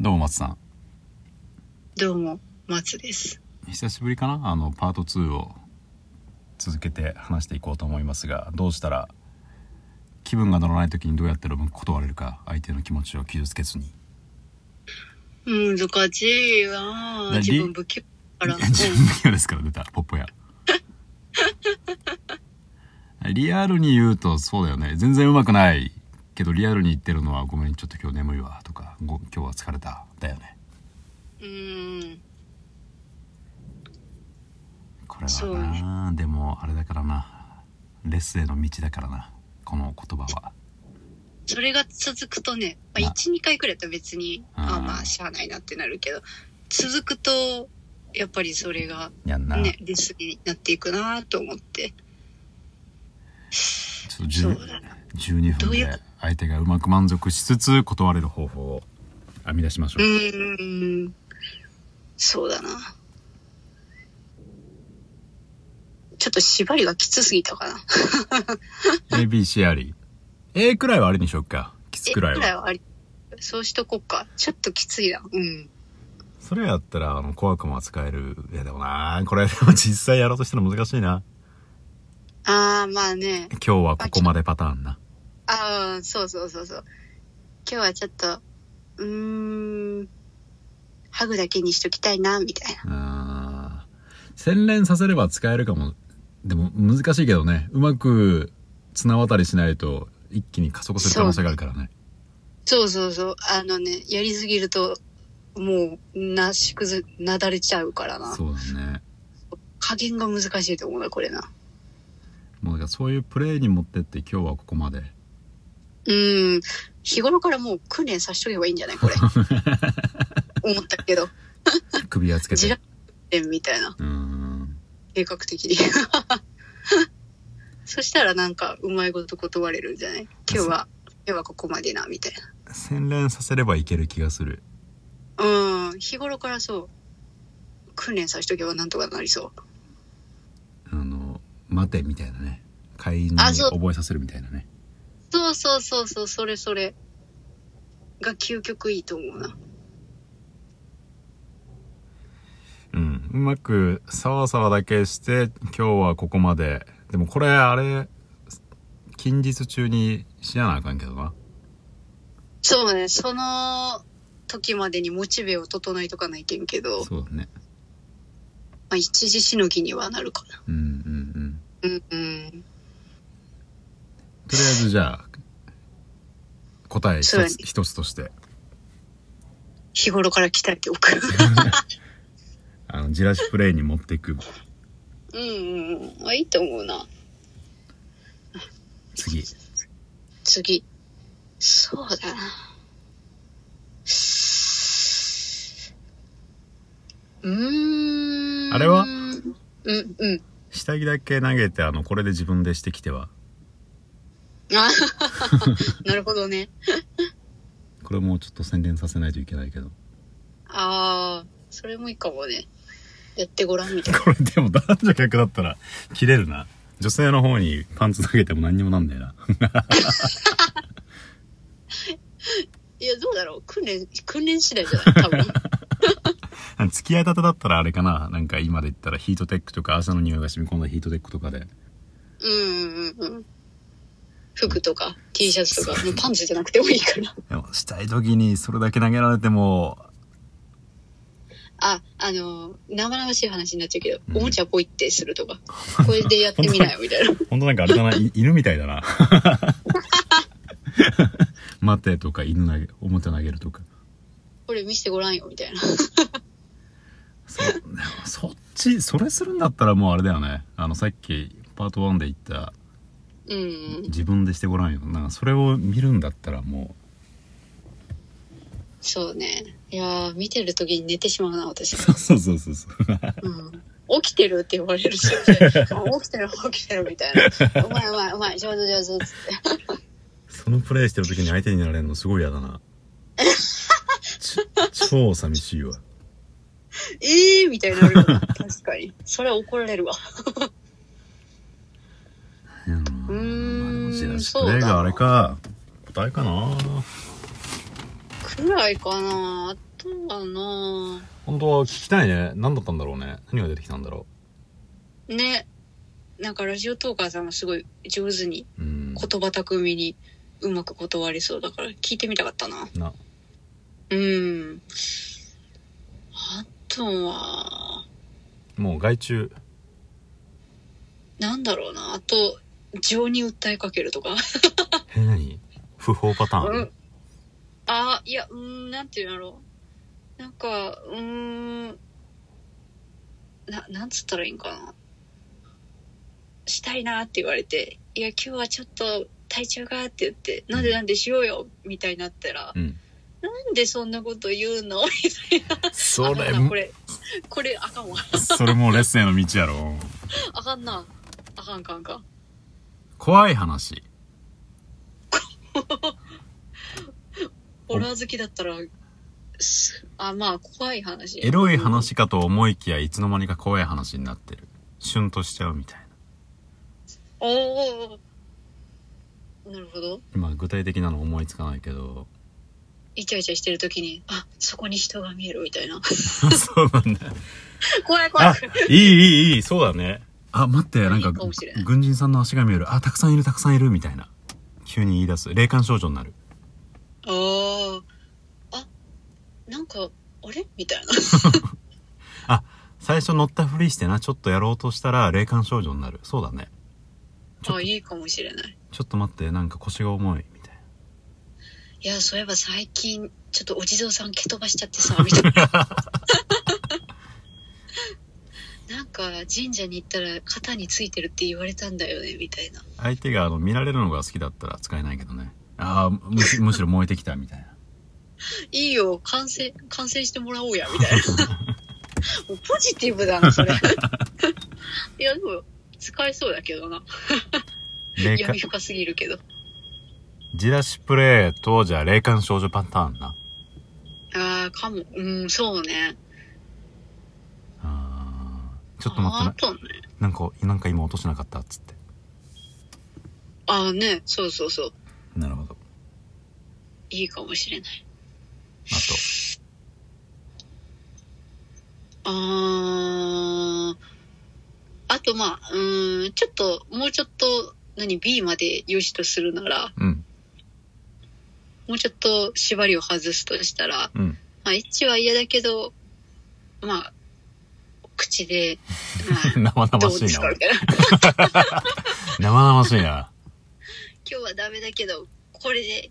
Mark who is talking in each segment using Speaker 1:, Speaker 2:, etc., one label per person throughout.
Speaker 1: どうも松さん
Speaker 2: どうも、松です。
Speaker 1: 久しぶりかなあのパート2を続けて話していこうと思いますがどうしたら気分が乗らない時にどうやって断れるか相手の気持ちを傷つけずに
Speaker 2: 難しいわ
Speaker 1: 何
Speaker 2: 自分不器用だか ら。
Speaker 1: 自分不器用ですから出たポッポやリアルに言うとそうだよね全然うまくないけどリアルに言ってるのは「ごめんちょっと今日眠いわ」とかご「今日は疲れた」だよね
Speaker 2: うん。うん
Speaker 1: これはな、でもあれだからなレッスンへの道だからなこの言葉は
Speaker 2: それが続くとね、ま
Speaker 1: ま
Speaker 2: あ、
Speaker 1: あ
Speaker 2: 1、2回くらいだったら別に、
Speaker 1: うん
Speaker 2: ああまあ、しゃあないなってなるけど、続くと、やっぱりそれが
Speaker 1: やんな、
Speaker 2: ね、リスになっていくなと思って。
Speaker 1: ちょっと10
Speaker 2: そうだな
Speaker 1: 12分
Speaker 2: どうい
Speaker 1: で
Speaker 2: う
Speaker 1: 相手がうまく満足しつつ断れる方法を編み出しましょ
Speaker 2: う
Speaker 1: う、
Speaker 2: ーん。そうだな。ちょっと縛りがきつすぎたかな。
Speaker 1: ABC あり A くらいはあれにしよっかきつくらい
Speaker 2: えくらい
Speaker 1: は
Speaker 2: はあり。そうしとこっか。ちょっときついな。うん。
Speaker 1: それやったらあの怖くも扱えるいやでもなこれでも実際やろうとしたら難しいな
Speaker 2: ああ、まあね。
Speaker 1: 今日はここまでパターンな
Speaker 2: ああ、そうそうそうそう。今日はちょっと、うーん、ハグだけにしときたいな、みたいな。
Speaker 1: あー洗練させれば使えるかもでも難しいけどねうまく綱渡りしないと一気に加速する可能性があるからね
Speaker 2: そうそうそう。あのね、やりすぎると、もう、なし崩れ、なだれちゃうからな。
Speaker 1: そうだね
Speaker 2: 加減が難しいと思うな、これな。
Speaker 1: もうだからそういうプレーに持ってって今日はここま で
Speaker 2: うーん、日頃からもう訓練させとけばいいんじゃな いこれ。思ったけど、
Speaker 1: 首輪つけ
Speaker 2: じ
Speaker 1: て
Speaker 2: らえみたいな。
Speaker 1: うーん
Speaker 2: 計画的に。 そしたらなんか、うまいこと断れるんじゃない今日は、今日はここまでな、みたいな。
Speaker 1: 洗練させればいける気がする
Speaker 2: うん、日頃からそう、訓練させとけばなんとかなりそう。
Speaker 1: あの待てみたいなね会員に
Speaker 2: あそう
Speaker 1: 覚えさせるみたいなね
Speaker 2: そうそうそうそう、それそれ。が究極いいと思うな。
Speaker 1: うんうまくさわさわだけして今日はここまででもこれあれ近日中にしやなあかんけどな
Speaker 2: そうね、その時までにモチベを整えとかないけんけど、ま
Speaker 1: そうだね
Speaker 2: あ、一時しのぎにはなるかな。
Speaker 1: うんうんうん
Speaker 2: うんうん。
Speaker 1: とりあえずじゃあ答え
Speaker 2: そ
Speaker 1: 一
Speaker 2: うや
Speaker 1: つ
Speaker 2: ね
Speaker 1: 一つとして
Speaker 2: 日頃から鍛えておく。
Speaker 1: あのじらしプレイに持っていく
Speaker 2: うんうんうん。あ、いいと思うな。
Speaker 1: 次
Speaker 2: 次。そうだな。うーん。
Speaker 1: あれは
Speaker 2: うん、うん。
Speaker 1: 下着だけ投げてあのこれで自分でしてきては
Speaker 2: あなるほどね。
Speaker 1: これもちょっと洗練させないといけないけど
Speaker 2: ああ、それもいいかもね。やってごらんみたい な。
Speaker 1: これでも男女逆だったら切れるな女性の方にパンツ投げても何にもなんねえない
Speaker 2: や、どうだろう。訓練、訓練次第じゃない多分。
Speaker 1: あの 付き合いたてだったらあれかななんか今で言ったらヒートテックとか朝の匂いが染み込んだヒートテックとかで
Speaker 2: うんうんうん。服とか T シャツとか、もうパンツじゃなくてもいいから。
Speaker 1: でもしたい時にそれだけ投げられても
Speaker 2: あ、あのー生々しい話になっちゃうけど、
Speaker 1: うん
Speaker 2: おもちゃポイってするとか、これでやってみなよみたいな。
Speaker 1: 本当なんかあれだない犬みたいだな 待てとか犬投げおもちゃ投げるとか
Speaker 2: これ見せてごらんよみたいな。
Speaker 1: そそっちそれするんだったらもうあれだよねあのさっきパート1で言った
Speaker 2: うん。
Speaker 1: 自分でしてごらんよなんかそれを見るんだったらも
Speaker 2: そうね。いやー、見てる時に寝てしまうな、私。
Speaker 1: うそうそうそうそう
Speaker 2: うん。起きてるって言われるし、 あ起きてる、起きてるみたいな。 うまいうまいうまい、上手上手っつって。
Speaker 1: そのプレイしてる時に相手になられるのすごい嫌だ なち超寂しいわ
Speaker 2: えーみたいになるよ な。確かに。それは怒られるわ。
Speaker 1: うー
Speaker 2: ーん
Speaker 1: ん
Speaker 2: そうだな
Speaker 1: あれか答えかな
Speaker 2: ぐらいかなあとはな
Speaker 1: 本当は聞きたいね何だったんだろうね何が出てきたんだろ
Speaker 2: ねなんかラジオトーカーさんはすごい上手に
Speaker 1: ううん
Speaker 2: 言葉巧みにうまく断りそうだから聞いてみたかったな
Speaker 1: な
Speaker 2: うんあとは
Speaker 1: もう害虫
Speaker 2: なんだろうなあと情に訴えかけるとか
Speaker 1: え何不法パターン、
Speaker 2: うんあいやうーんなんていうんだろうなんかうーんななんつったらいいんかなしたいなって言われて「いや今日はちょっと体調が」って言って「なんでなんでしようよ」みたいになったら「
Speaker 1: うん
Speaker 2: なんでそんなこと言うの?」みたいな
Speaker 1: そ
Speaker 2: あ
Speaker 1: れ
Speaker 2: かんなこれこれあかんわ
Speaker 1: それもうレッスンへの道やろ
Speaker 2: あかんなあかんかんかん
Speaker 1: 怖い話
Speaker 2: ホラー好きだったらすあまあ怖い話
Speaker 1: エロい話かと思いきやいつの間にか怖い話になってるシュンとしちゃうみたいな
Speaker 2: おおーなるほど
Speaker 1: 今具体的なの思いつかないけど
Speaker 2: イチャイチャしてる時にあそこに人が見えるみたいな
Speaker 1: そうなんだ
Speaker 2: 怖い怖い
Speaker 1: あいいいいいいそうだねあ待ってなん
Speaker 2: い
Speaker 1: か
Speaker 2: いかもしれない
Speaker 1: 軍人さんの足が見えるあたくさんいるたくさんいるみたいな急に言い出す霊感少女になる
Speaker 2: あーあなんかあれみたいな
Speaker 1: 最初乗ったふりしてなちょっとやろうとしたら霊感少女になるそうだねちょっと
Speaker 2: あいいかもしれない
Speaker 1: ちょっと待ってなんか腰が重いみたいない
Speaker 2: やそういえば最近ちょっとお地蔵さん蹴飛ばしちゃってさみたい ななんか神社に行ったら肩についてるって言われたんだよねみたいな
Speaker 1: 相手があの見られるのが好きだったら使えないけどねああむ しむしろ燃えてきたみたいない
Speaker 2: いよ感染感染してもらおうやみたいな もうポジティブだなそれいやでも使えそうだけどな
Speaker 1: 霊感
Speaker 2: 闇深すぎるけど
Speaker 1: じらしプレイとじゃあ霊感少女パターンな
Speaker 2: ああかもうんそうね
Speaker 1: あーちょっと待ってな
Speaker 2: あとね
Speaker 1: なんかなんか今落としなかったっつって
Speaker 2: ああねそうそうそう
Speaker 1: なるほど
Speaker 2: いいかもしれない
Speaker 1: あ
Speaker 2: あーあとまあうーんちょっともうちょっと何 B まで良しとするなら
Speaker 1: とうん
Speaker 2: もうちょっと縛りを外すとしたら
Speaker 1: うん
Speaker 2: まあ、エッチは嫌だけど、まあ、口で、ま
Speaker 1: 生
Speaker 2: あ、ど
Speaker 1: 々
Speaker 2: う
Speaker 1: しい
Speaker 2: で
Speaker 1: な
Speaker 2: すか
Speaker 1: 俺
Speaker 2: みたいな。
Speaker 1: 生々しいな
Speaker 2: 今日はダメだけど、これで、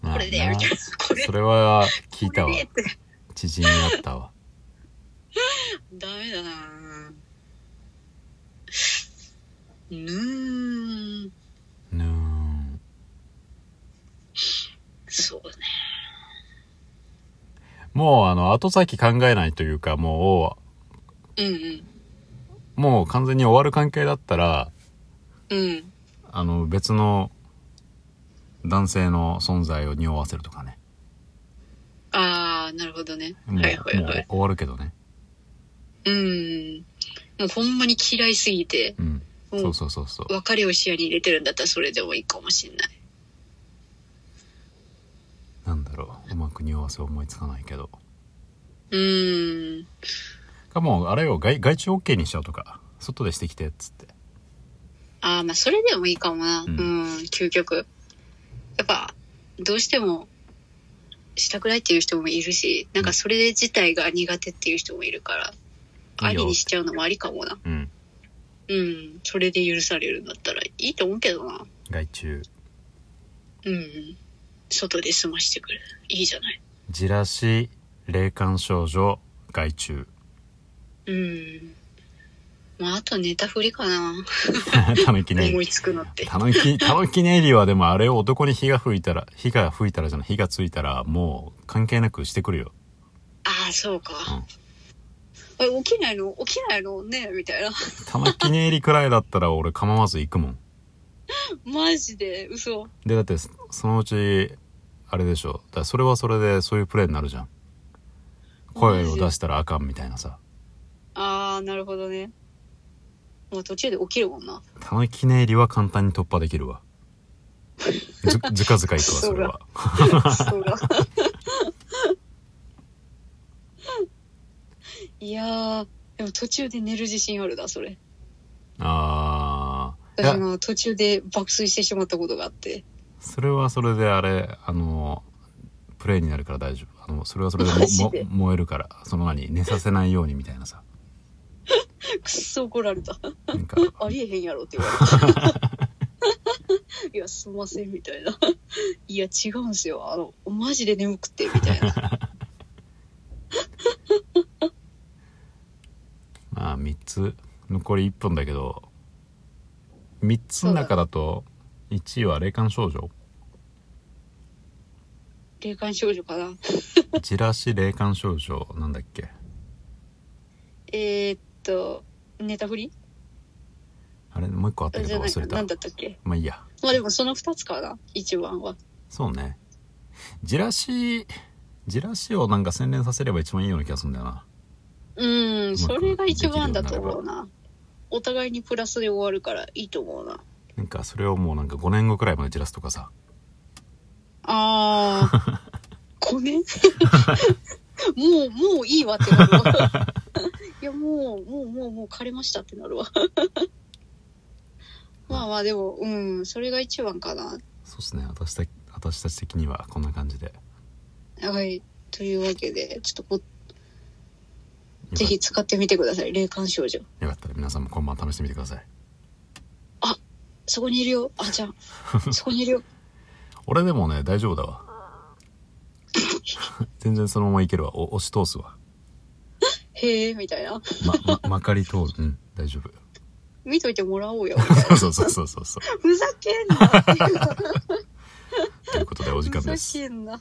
Speaker 1: まあ
Speaker 2: これで、みたいな。これ、
Speaker 1: そ
Speaker 2: こ
Speaker 1: れは聞いたわ
Speaker 2: れでって。
Speaker 1: 知人にあったわ
Speaker 2: ダメだなぁうーん、
Speaker 1: ぬーん
Speaker 2: そうね。
Speaker 1: もうあの後先考えないというかも
Speaker 2: うん
Speaker 1: うもう完全に終わる関係だったら
Speaker 2: うん。うん。
Speaker 1: あの別の男性の存在を匂わせるとかね
Speaker 2: あー、なるほどね。
Speaker 1: もう,、
Speaker 2: はいはいはい。
Speaker 1: もう終わるけどね
Speaker 2: うん。もうほんまに嫌いすぎて、
Speaker 1: うん
Speaker 2: も
Speaker 1: そううそうそうそう
Speaker 2: 別れを視野に入れてるんだったらそれでもいいかもしんない。
Speaker 1: なんだろううまく匂わせ思いつかないけど
Speaker 2: うーん。
Speaker 1: かもうあれを外外虫 OK にしちゃうとか外でしてきてっつって
Speaker 2: ああ、まあ、それでもいいかもな。
Speaker 1: う
Speaker 2: うんん、究極。やっぱ、どうしても、したくないっていう人もいるし、なんかそれ自体が苦手っていう人もいるから、
Speaker 1: い
Speaker 2: あ
Speaker 1: いよ
Speaker 2: りにしちゃうのもありかもな。
Speaker 1: うん
Speaker 2: うん、それで許されるんだったらいいと思うけどな。
Speaker 1: 外虫
Speaker 2: うん。外で済ましてくる。いいじゃない。
Speaker 1: じらし霊感少女害 虫
Speaker 2: うん。まあ、あとネタ振りかな。
Speaker 1: たぬきね
Speaker 2: 思いつくのって。
Speaker 1: たぬきたぬきネイリはでもあれを男に火が吹いたら火が吹いたらじゃない火がついたらもう関係なくしてくるよ
Speaker 2: ああ、そうか。あれ起きないの起きないのねみたいな。
Speaker 1: たぬきネイリくらいだったら俺構わず行くもん
Speaker 2: マジで、嘘。
Speaker 1: でだってそそのうちあれでしょだからそれはそれでそういうプレーになるじゃん声を出したらあかんみたいなさ
Speaker 2: あーなるほどねまあ途中で起きるもんな
Speaker 1: たぬきネイリは簡単に突破でき るわずずかずかいくわそれは
Speaker 2: そうだ いやーでも途中で寝る自信あるなそれ
Speaker 1: ああい
Speaker 2: 私
Speaker 1: や
Speaker 2: の途中で爆睡してしまったことがあって
Speaker 1: それはそれであれあのプレイになるから大丈夫あのそれはそれでも
Speaker 2: マジで
Speaker 1: も燃えるからその何寝させないようにみたいなさ
Speaker 2: くっそ怒られた
Speaker 1: なんか
Speaker 2: ありえへんやろって言われた いやすんませんみたいない や違うんすよあのマジで眠くてみたい な
Speaker 1: まあ3つ残り1分だけど3つの中だと1位は霊感少女
Speaker 2: 霊感少女かな
Speaker 1: じらし霊感少女なんだっけ
Speaker 2: えー、っとネタフリ
Speaker 1: あれもう一個あったけ
Speaker 2: じ
Speaker 1: ど
Speaker 2: ゃない
Speaker 1: 忘
Speaker 2: か
Speaker 1: れ
Speaker 2: な
Speaker 1: た
Speaker 2: んだったっけ
Speaker 1: まあいいや
Speaker 2: まあでもその2つかな一番は
Speaker 1: そうねじらしじらしをなんか洗練させれば一番いいような気がするんだよな
Speaker 2: うん
Speaker 1: うま
Speaker 2: そ
Speaker 1: く
Speaker 2: れが一番だと思うなお互いにプラスで終わるからいいと思うな
Speaker 1: なんかそれをもうなんか5年後くらいまでじらすとかさ
Speaker 2: あ あ。5年もう、もういいわってなる わ。いや、もう、もう、もう、もう枯れましたってなるわ。 まあまあ、でも、うん、それが一番かな。
Speaker 1: そうっすね私た私たち的にはこんな感じで
Speaker 2: はい。というわけで、ちょっとこ、ぜひ使ってみてください。霊感少女。
Speaker 1: よかったら皆さんも今晩試してみてください
Speaker 2: そこにいるよ。あ、 じゃあ、そこにいるよ。
Speaker 1: 俺でもね大丈夫だわ 全然そのままいけるわお押し通すわ
Speaker 2: へえ、みたいな。
Speaker 1: ま、ま、まかり通るうん大丈夫
Speaker 2: 見といてもらおうよ。
Speaker 1: そうそうそうそうそう
Speaker 2: ふざけんな。
Speaker 1: ということでお時間
Speaker 2: ふざ
Speaker 1: です
Speaker 2: けんな。